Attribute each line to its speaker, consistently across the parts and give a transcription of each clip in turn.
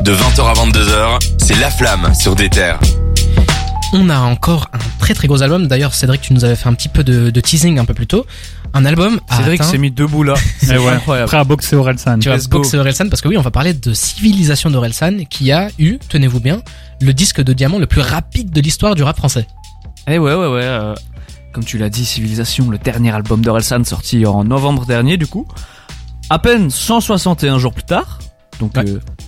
Speaker 1: De 20h à 22h, c'est La Flamme sur des terres.
Speaker 2: On a encore un très très gros album. D'ailleurs, Cédric, tu nous avais fait un petit peu de, de teasing un peu plus tôt. Un album à
Speaker 3: Ah, Cédric
Speaker 2: atteindre-
Speaker 3: s'est mis debout là.
Speaker 4: Et ouais,
Speaker 3: incroyable.
Speaker 4: prêt à boxer Orelsan.
Speaker 2: Tu vas
Speaker 3: Let's go.
Speaker 2: boxer Orelsan parce que oui, on va parler de Civilisation d'Orelsan qui a eu, tenez-vous bien, le disque de diamant le plus rapide de l'histoire du rap français.
Speaker 3: Eh ouais, ouais, ouais. euh, comme tu l'as dit, Civilisation, le dernier album d'Orelsan sorti en novembre dernier, du coup. À peine 161 jours plus tard. Donc,
Speaker 2: Ouais.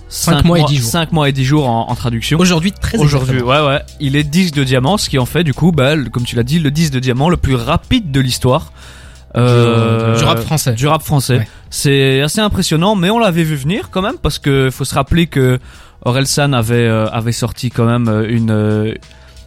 Speaker 3: 5
Speaker 2: mois et dix jours.
Speaker 3: 5 mois et 10 jours en, en traduction.
Speaker 2: Aujourd'hui, très
Speaker 3: Aujourd'hui,
Speaker 2: exactement.
Speaker 3: ouais, ouais. Il est 10 de diamant, ce qui en fait, du coup, bah, le- comme tu l'as dit, le 10 de diamant le plus rapide de l'histoire. Euh,
Speaker 2: du rap français.
Speaker 3: du rap français.
Speaker 2: Ouais.
Speaker 3: C'est assez impressionnant, mais on l'avait vu venir quand même parce que faut se rappeler que Orelsan avait euh, avait sorti quand même euh, une euh,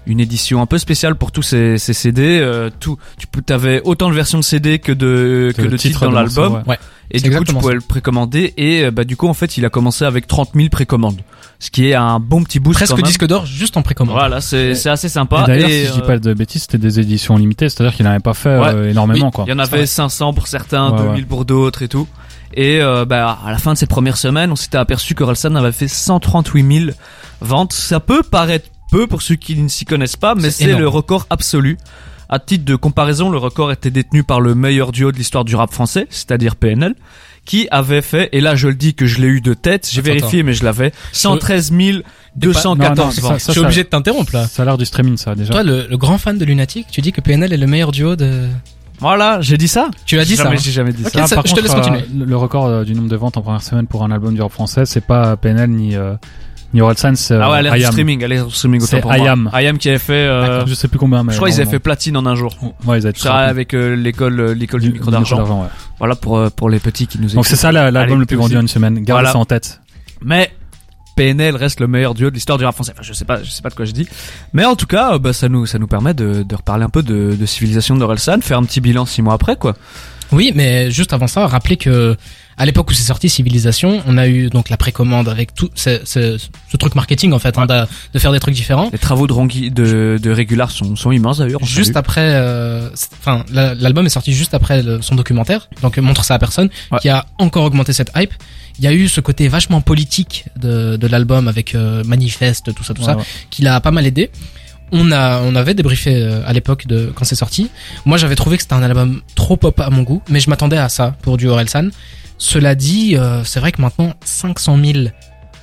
Speaker 3: une édition un peu spéciale pour tous ses, ses CD. euh, tout, tu peux, t'avais autant de versions de CD que de que de titres dans
Speaker 4: de morceau,
Speaker 3: l'album.
Speaker 4: ouais.
Speaker 3: Et
Speaker 2: C'est
Speaker 3: du coup, tu
Speaker 2: exactement
Speaker 3: pouvais le précommander. Et euh, bah du coup, en fait, il a commencé avec 30 000 précommandes, ce qui est un bon petit boost. quand
Speaker 2: Presque
Speaker 3: même.
Speaker 2: disque d'or juste en précommande.
Speaker 3: Voilà, c'est c'est assez sympa.
Speaker 4: Et D'ailleurs,
Speaker 3: Et,
Speaker 4: si je dis
Speaker 3: euh,
Speaker 4: pas de bêtises, c'était des éditions limitées, c'est-à-dire qu'il n'avait pas fait
Speaker 3: Ouais.
Speaker 4: euh, énormément, quoi.
Speaker 3: Il y en
Speaker 2: C'est vrai.
Speaker 3: avait 500 pour certains,
Speaker 4: Ouais,
Speaker 3: 2000
Speaker 4: ouais.
Speaker 3: pour d'autres et tout. Et euh, bah, à la fin de cette première semaine, on s'était aperçu que Ralston avait fait 138 000 ventes. Ça peut paraître peu pour ceux qui ne s'y connaissent pas, mais
Speaker 2: C'est
Speaker 3: c'est
Speaker 2: énorme.
Speaker 3: le record absolu. À titre de comparaison, le record était détenu par le meilleur duo de l'histoire du rap français, c'est-à-dire PNL, qui avait fait, et là je le dis que je l'ai eu de tête, j'ai
Speaker 2: Attends,
Speaker 3: vérifié mais je l'avais, 113
Speaker 4: Non, non,
Speaker 3: 214
Speaker 4: ça-
Speaker 3: ventes.
Speaker 2: Je suis obligé de t'interrompre là.
Speaker 4: Ça a l'air du streaming, ça, déjà.
Speaker 2: Toi, le, le grand fan de Lunatic, tu dis que PNL est le meilleur duo de.
Speaker 3: Voilà, j'ai dit ça
Speaker 2: Tu as dit
Speaker 3: Jamais,
Speaker 2: ça. hein.
Speaker 3: J'ai jamais dit
Speaker 2: Ok,
Speaker 3: ça.
Speaker 4: Ah,
Speaker 2: ça-
Speaker 4: par
Speaker 2: je te
Speaker 4: contre,
Speaker 2: laisse
Speaker 4: euh,
Speaker 2: continuer.
Speaker 4: le- le record euh, du nombre de ventes en première semaine pour un album du rap français, c'est pas PNL ni, euh, ni Orelsan, c'est euh,
Speaker 3: Ah ouais, l'ère du
Speaker 4: I Am.
Speaker 3: streaming, l'ère du streaming autant
Speaker 4: C'est
Speaker 3: pour moi.
Speaker 4: I Am.
Speaker 3: I Am qui avait fait, euh,
Speaker 4: D'accord, Je sais plus combien, mais.
Speaker 3: je crois qu'ils avaient
Speaker 4: énormément.
Speaker 3: fait platine en un jour.
Speaker 4: Ouais, ils avaient
Speaker 3: Je travaille avec euh, l'école, euh, l'école Oh, du micro d'argent.
Speaker 4: ouais.
Speaker 3: Voilà pour euh, pour les petits qui nous
Speaker 4: Donc
Speaker 3: écoutent.
Speaker 4: c'est ça la-
Speaker 3: Allez,
Speaker 4: l'album le plus
Speaker 3: vous
Speaker 4: vendu
Speaker 3: y-
Speaker 4: en une semaine. Garde
Speaker 3: Voilà.
Speaker 4: ça en tête.
Speaker 3: Mais PNL reste le meilleur duo de l'histoire du rap français. Enfin, je sais pas, je sais pas de quoi je dis. Mais en tout cas, euh, bah, ça nous ça nous permet de, de reparler un peu de, de civilisation d'Orelsan, faire un petit bilan six mois après quoi.
Speaker 2: Oui, mais juste avant ça, rappelez que à l'époque où c'est sorti Civilisation, on a eu donc la précommande avec tout ce, ce- ce truc marketing en fait, hein, d'a- de, faire des trucs différents.
Speaker 3: Les travaux de Rangui, de de Régular sont sont immenses d'ailleurs. on
Speaker 2: Juste
Speaker 3: salue.
Speaker 2: après, euh, c'est- enfin, la- l'album est sorti juste après le- son documentaire, donc euh, montre ça à personne,
Speaker 3: Ouais.
Speaker 2: qui a encore augmenté cette hype. Il y a eu ce côté vachement politique de, de l'album avec euh, manifeste, tout ça, tout ça.
Speaker 4: Ouais, ouais.
Speaker 2: qui l'a pas mal aidé. On a, on avait débriefé euh, à l'époque de quand c'est sorti. Moi, j'avais trouvé que c'était un album trop pop à mon goût, mais je m'attendais à ça pour du Orelsan. Cela dit, euh, c'est vrai que maintenant 500 000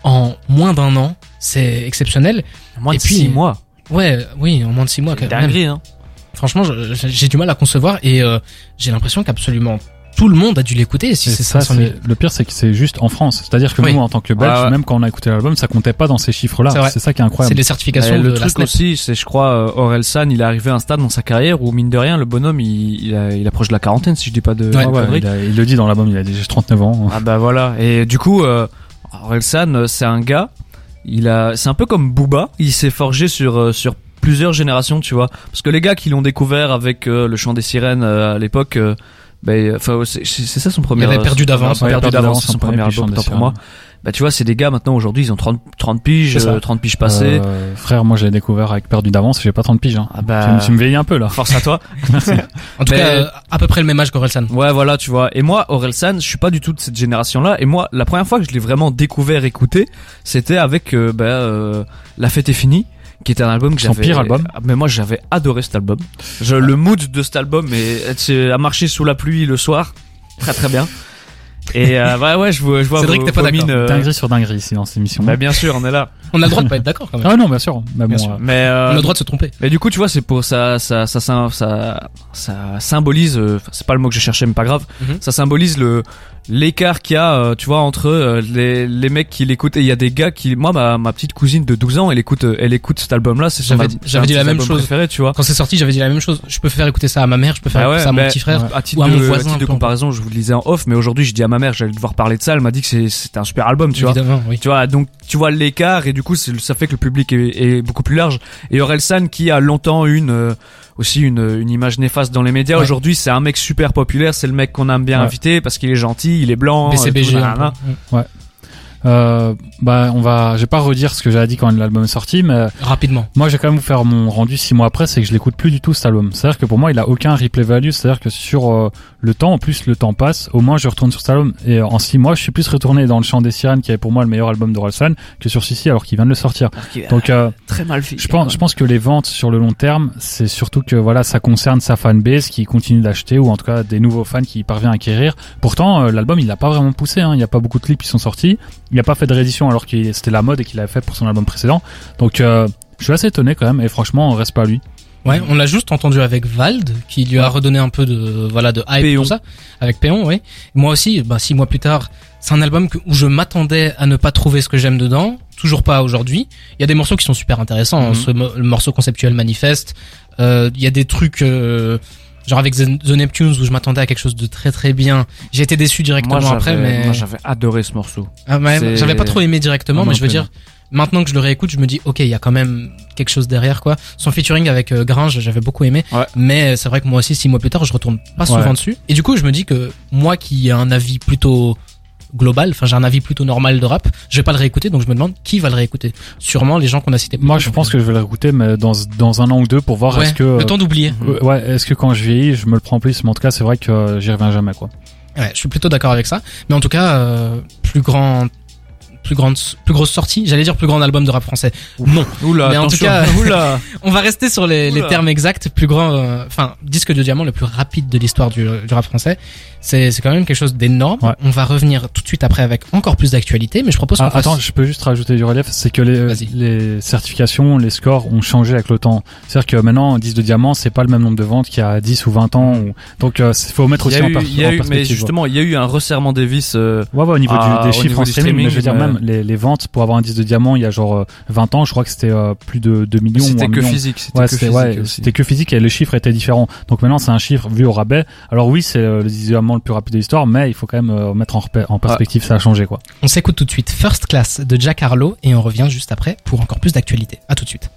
Speaker 2: en moins d'un an, c'est exceptionnel.
Speaker 3: moins
Speaker 2: et
Speaker 3: de
Speaker 2: puis-
Speaker 3: six mois.
Speaker 2: Ouais, oui, en moins de six mois.
Speaker 3: C'est
Speaker 2: quand même.
Speaker 3: dinguerie, hein.
Speaker 2: Franchement, je- je- j'ai du mal à concevoir et euh, j'ai l'impression qu'absolument tout le monde a dû l'écouter. Si
Speaker 4: Et
Speaker 2: c'est
Speaker 4: ça,
Speaker 2: 500 000.
Speaker 4: c'est- le pire, c'est que c'est juste en France. C'est-à-dire que
Speaker 2: Oui.
Speaker 4: nous, en tant que Belges,
Speaker 3: Ouais, ouais.
Speaker 4: même quand on a écouté l'album, ça comptait pas dans ces
Speaker 2: C'est
Speaker 4: chiffres-là.
Speaker 2: vrai.
Speaker 4: C'est ça qui est
Speaker 2: C'est
Speaker 4: incroyable.
Speaker 2: les certifications
Speaker 3: Mais Eh, le
Speaker 2: de la
Speaker 3: truc
Speaker 2: SNEP.
Speaker 3: aussi, c'est je crois euh, Orelsan, il est arrivé à un stade dans sa carrière où mine de rien le bonhomme il, il, a- il approche de la quarantaine si je dis pas de
Speaker 4: Ah ouais,
Speaker 3: conneries.
Speaker 4: il, a- il le dit dans l'album, il a dit j'ai 39 ans.
Speaker 3: Ah bah voilà. Et du coup, euh, Orelsan, euh, c'est un gars. Il a, c'est un peu comme Booba. Il s'est forgé sur euh, sur plusieurs générations, tu vois. Parce que les gars qui l'ont découvert avec euh, le chant des sirènes euh, à l'époque, euh, ben, enfin c'est c'est ça son
Speaker 2: Il
Speaker 3: premier.
Speaker 2: avait perdu d'avance.
Speaker 3: Ouais,
Speaker 4: Il a
Speaker 3: perdu d'avance, son premier
Speaker 4: puis
Speaker 3: album,
Speaker 4: Chant des
Speaker 3: tant pour
Speaker 4: Sirènes.
Speaker 3: moi. Bah tu vois, c'est des gars maintenant aujourd'hui, ils ont 30 30 piges,
Speaker 4: C'est ça.
Speaker 3: euh, 30 piges passées.
Speaker 4: Euh, frère, moi j'ai découvert avec perdu d'avance, j'ai pas 30 piges. Hein.
Speaker 3: Ah
Speaker 4: Tu me-
Speaker 3: bah.
Speaker 4: Tu, me vieillis un peu là.
Speaker 3: Force à toi.
Speaker 2: En tout
Speaker 3: Mais-
Speaker 2: cas, euh, à peu près le même âge qu'Orelsan.
Speaker 3: Ouais, voilà, tu vois. Et moi, Orelsan, je suis pas du tout de cette génération-là. Et moi, la première fois que je l'ai vraiment découvert, écouté, c'était avec euh, bah, euh, La fête est finie, qui était un album que
Speaker 4: Son
Speaker 3: j'avais.
Speaker 4: pire album.
Speaker 3: Ah, Mais moi, j'avais adoré cet album. Je,
Speaker 2: Ah.
Speaker 3: le mood de cet album, mais c'est à marcher sous la pluie le soir, très très bien. Et euh, ouais, ouais, je vois, je vois.
Speaker 2: Cédric,
Speaker 3: vos-
Speaker 2: t'es pas
Speaker 3: vos mines, euh,
Speaker 4: Dinguerie sur dinguerie ici dans cette émission.
Speaker 3: Bah bien sûr, on est là.
Speaker 2: On a le droit de pas être d'accord quand même.
Speaker 4: Ah non, bien sûr. Mais
Speaker 2: Bien
Speaker 4: bon,
Speaker 2: sûr.
Speaker 4: euh,
Speaker 3: Mais
Speaker 2: On
Speaker 3: euh,
Speaker 2: a le droit de se tromper.
Speaker 3: mais du coup, tu vois, c'est pour ça, ça, ça, ça, ça, ça symbolise. euh, enfin, c'est pas le mot que je cherchais, mais pas grave.
Speaker 2: Mhm.
Speaker 3: Ça symbolise le l'écart qu'il y a, euh, tu vois, entre euh, les, les mecs qui l'écoutent. Et il y a des gars qui, moi, ma, ma petite cousine de 12 ans, elle écoute, euh, elle écoute cet album-là. C'est son
Speaker 2: J'avais-
Speaker 3: al-
Speaker 2: j'avais
Speaker 3: c'est un
Speaker 2: dit la
Speaker 3: de ses
Speaker 2: même
Speaker 3: albums
Speaker 2: chose.
Speaker 3: préférés, tu vois.
Speaker 2: Quand c'est sorti, j'avais dit la même chose. Je peux faire écouter ça à ma mère, je peux faire
Speaker 3: Bah ouais,
Speaker 2: écouter ça à mon
Speaker 3: mais-
Speaker 2: petit frère.
Speaker 4: ouais.
Speaker 3: À titre,
Speaker 2: Ou à
Speaker 3: de,
Speaker 2: mon
Speaker 3: à
Speaker 2: voisin,
Speaker 3: titre de
Speaker 2: peu
Speaker 3: comparaison, je vous le disais en off, mais aujourd'hui, je dis à ma mère, j'allais devoir parler de ça. Elle m'a dit que c'est- c'était un super album, tu vois.
Speaker 2: Évidemment, oui.
Speaker 3: Tu vois, donc tu vois l'écart et du coup c'est- ça fait que le public est, est beaucoup plus large. Et Orelsan qui a longtemps eu une euh, aussi une, une image néfaste dans les médias.
Speaker 2: Ouais.
Speaker 3: Aujourd'hui c'est un mec super populaire, c'est le mec qu'on aime bien
Speaker 4: Ouais.
Speaker 2: hein.
Speaker 3: inviter parce qu'il est gentil, il est blanc. euh,
Speaker 2: BCBG.
Speaker 3: tout,
Speaker 2: un
Speaker 3: nanana.
Speaker 2: peu. Mm.
Speaker 4: Euh, bah, on va, je vais pas redire ce que j'avais dit quand l'album est sorti, mais
Speaker 2: Rapidement.
Speaker 4: moi, j'ai quand même vous faire mon rendu six mois après, c'est que je l'écoute plus du tout cet album. C'est-à-dire que pour moi, il a aucun replay value. C'est-à-dire que sur euh, le temps, en plus, le temps passe. Au moins, je retourne sur cet album. Et euh, en six mois, je suis plus retourné dans le chant des sirènes, qui est pour moi le meilleur album de Rolson, que sur Sissi, alors qu'il vient de le sortir.
Speaker 3: Alors qu'il a
Speaker 4: Donc, euh,
Speaker 3: très mal fait.
Speaker 4: je pense, je pense que les ventes sur le long terme, c'est surtout que voilà, ça concerne sa fanbase qui continue d'acheter ou en tout cas des nouveaux fans qui parviennent à acquérir. Pourtant, euh, l'album il l'a pas vraiment poussé. hein. Il n'y a pas beaucoup de clips qui sont sortis. Il n'a pas fait de réédition alors que c'était la mode et qu'il l'avait fait pour son album précédent. Donc, euh, je suis assez étonné quand même. Et franchement, on reste pas à lui.
Speaker 2: Ouais,
Speaker 3: Mm.
Speaker 2: on l'a juste entendu avec Vald, qui lui a redonné un peu de voilà de hype
Speaker 3: Péon.
Speaker 2: tout ça, avec Péon, oui. Moi aussi, bah, six mois plus tard, c'est un album que- où je m'attendais à ne pas trouver ce que j'aime dedans, toujours pas aujourd'hui. Il y a des morceaux qui sont super intéressants, hein,
Speaker 3: Mhm.
Speaker 2: ce mo- le morceau conceptuel manifeste. Euh, Il y a des trucs euh, genre avec The The Neptunes où je m'attendais à quelque chose de très très bien. J'ai été déçu directement
Speaker 3: Moi, j'avais-
Speaker 2: après, mais
Speaker 3: moi, j'avais adoré ce morceau.
Speaker 2: ah ouais,
Speaker 3: C'est-
Speaker 2: j'avais pas trop aimé directement,
Speaker 4: Ah,
Speaker 3: Moi
Speaker 2: mais
Speaker 3: non
Speaker 2: je veux
Speaker 3: plus,
Speaker 2: dire, maintenant que je le réécoute, je me dis, ok, il y a quand même quelque chose derrière, quoi. Son featuring avec euh, Gringe, j'avais beaucoup aimé,
Speaker 3: Ouais.
Speaker 2: mais euh, c'est vrai que moi aussi, six mois plus tard, je retourne pas souvent
Speaker 4: Ouais.
Speaker 2: dessus. Et du coup, je me dis que moi, qui ai un avis plutôt global, enfin, j'ai un avis plutôt normal de rap, je vais pas le réécouter, donc je me demande qui va le réécouter. Sûrement les gens qu'on a cités. plus
Speaker 4: Moi,
Speaker 2: tôt,
Speaker 4: je
Speaker 2: donc,
Speaker 4: pense que je vais le réécouter, mais dans dans un an ou deux pour voir
Speaker 2: ouais,
Speaker 4: est-ce que euh,
Speaker 2: le temps d'oublier.
Speaker 4: euh, ouais, est-ce que quand je vieillis, je me le prends plus. Mais en tout cas, c'est vrai que euh, j'y reviens jamais quoi.
Speaker 2: Ouais, je suis plutôt d'accord avec ça. Mais en tout cas, euh, plus grand, plus grande, plus grosse sortie. J'allais dire plus grand album de rap français. Non.
Speaker 3: Oula,
Speaker 2: Mais en tout
Speaker 3: attention.
Speaker 2: cas-
Speaker 3: Oula.
Speaker 2: On va rester sur les, les
Speaker 3: Oula.
Speaker 2: termes exacts. Plus grand, euh, enfin, disque de diamant le plus rapide de l'histoire du, du rap français. C'est c'est quand même quelque chose d'énorme.
Speaker 4: Ouais.
Speaker 2: On va revenir tout de suite après avec encore plus d'actualité, mais je propose qu'on
Speaker 4: Ah,
Speaker 2: fasse-
Speaker 4: attends, je peux juste rajouter du relief, c'est que les,
Speaker 2: Vas-y.
Speaker 4: les certifications, les scores ont changé avec le temps. C'est-à-dire que maintenant, 10 de diamant, c'est pas le même nombre de ventes qu'il y a 10 ou 20 ans. ou- Donc, il faut
Speaker 3: Il
Speaker 4: mettre
Speaker 3: y
Speaker 4: aussi
Speaker 3: a
Speaker 4: en,
Speaker 3: eu,
Speaker 4: per-
Speaker 3: il y a
Speaker 4: en
Speaker 3: eu- mais
Speaker 2: hein.
Speaker 4: perspective.
Speaker 3: justement, il y a eu un resserrement des vis. euh,
Speaker 4: Ouais, ouais, au niveau
Speaker 3: Ah,
Speaker 4: du, des
Speaker 3: au
Speaker 4: chiffres
Speaker 3: niveau
Speaker 4: en
Speaker 3: du
Speaker 4: streaming, mais je veux dire,
Speaker 3: streaming, euh,
Speaker 4: même les, les ventes pour avoir un 10 de diamant, il y a genre euh, 20 ans, je crois que c'était euh, plus de 2 millions. ou
Speaker 3: C'était
Speaker 4: un
Speaker 3: que
Speaker 4: million.
Speaker 3: physique. C'était
Speaker 4: Ouais,
Speaker 3: que
Speaker 4: c'était
Speaker 3: physique
Speaker 4: ouais,
Speaker 3: aussi.
Speaker 4: c'était que physique et les chiffres étaient différents. Donc maintenant, c'est un chiffre vu au rabais. Alors oui, c'est euh, le 10 de diamant le plus rapide de l'histoire, mais il faut quand même euh, mettre en, repère- en perspective, ça a changé quoi.
Speaker 2: On s'écoute tout de suite First Class de Jack Harlow et on revient juste après pour encore plus d'actualité. À tout de suite.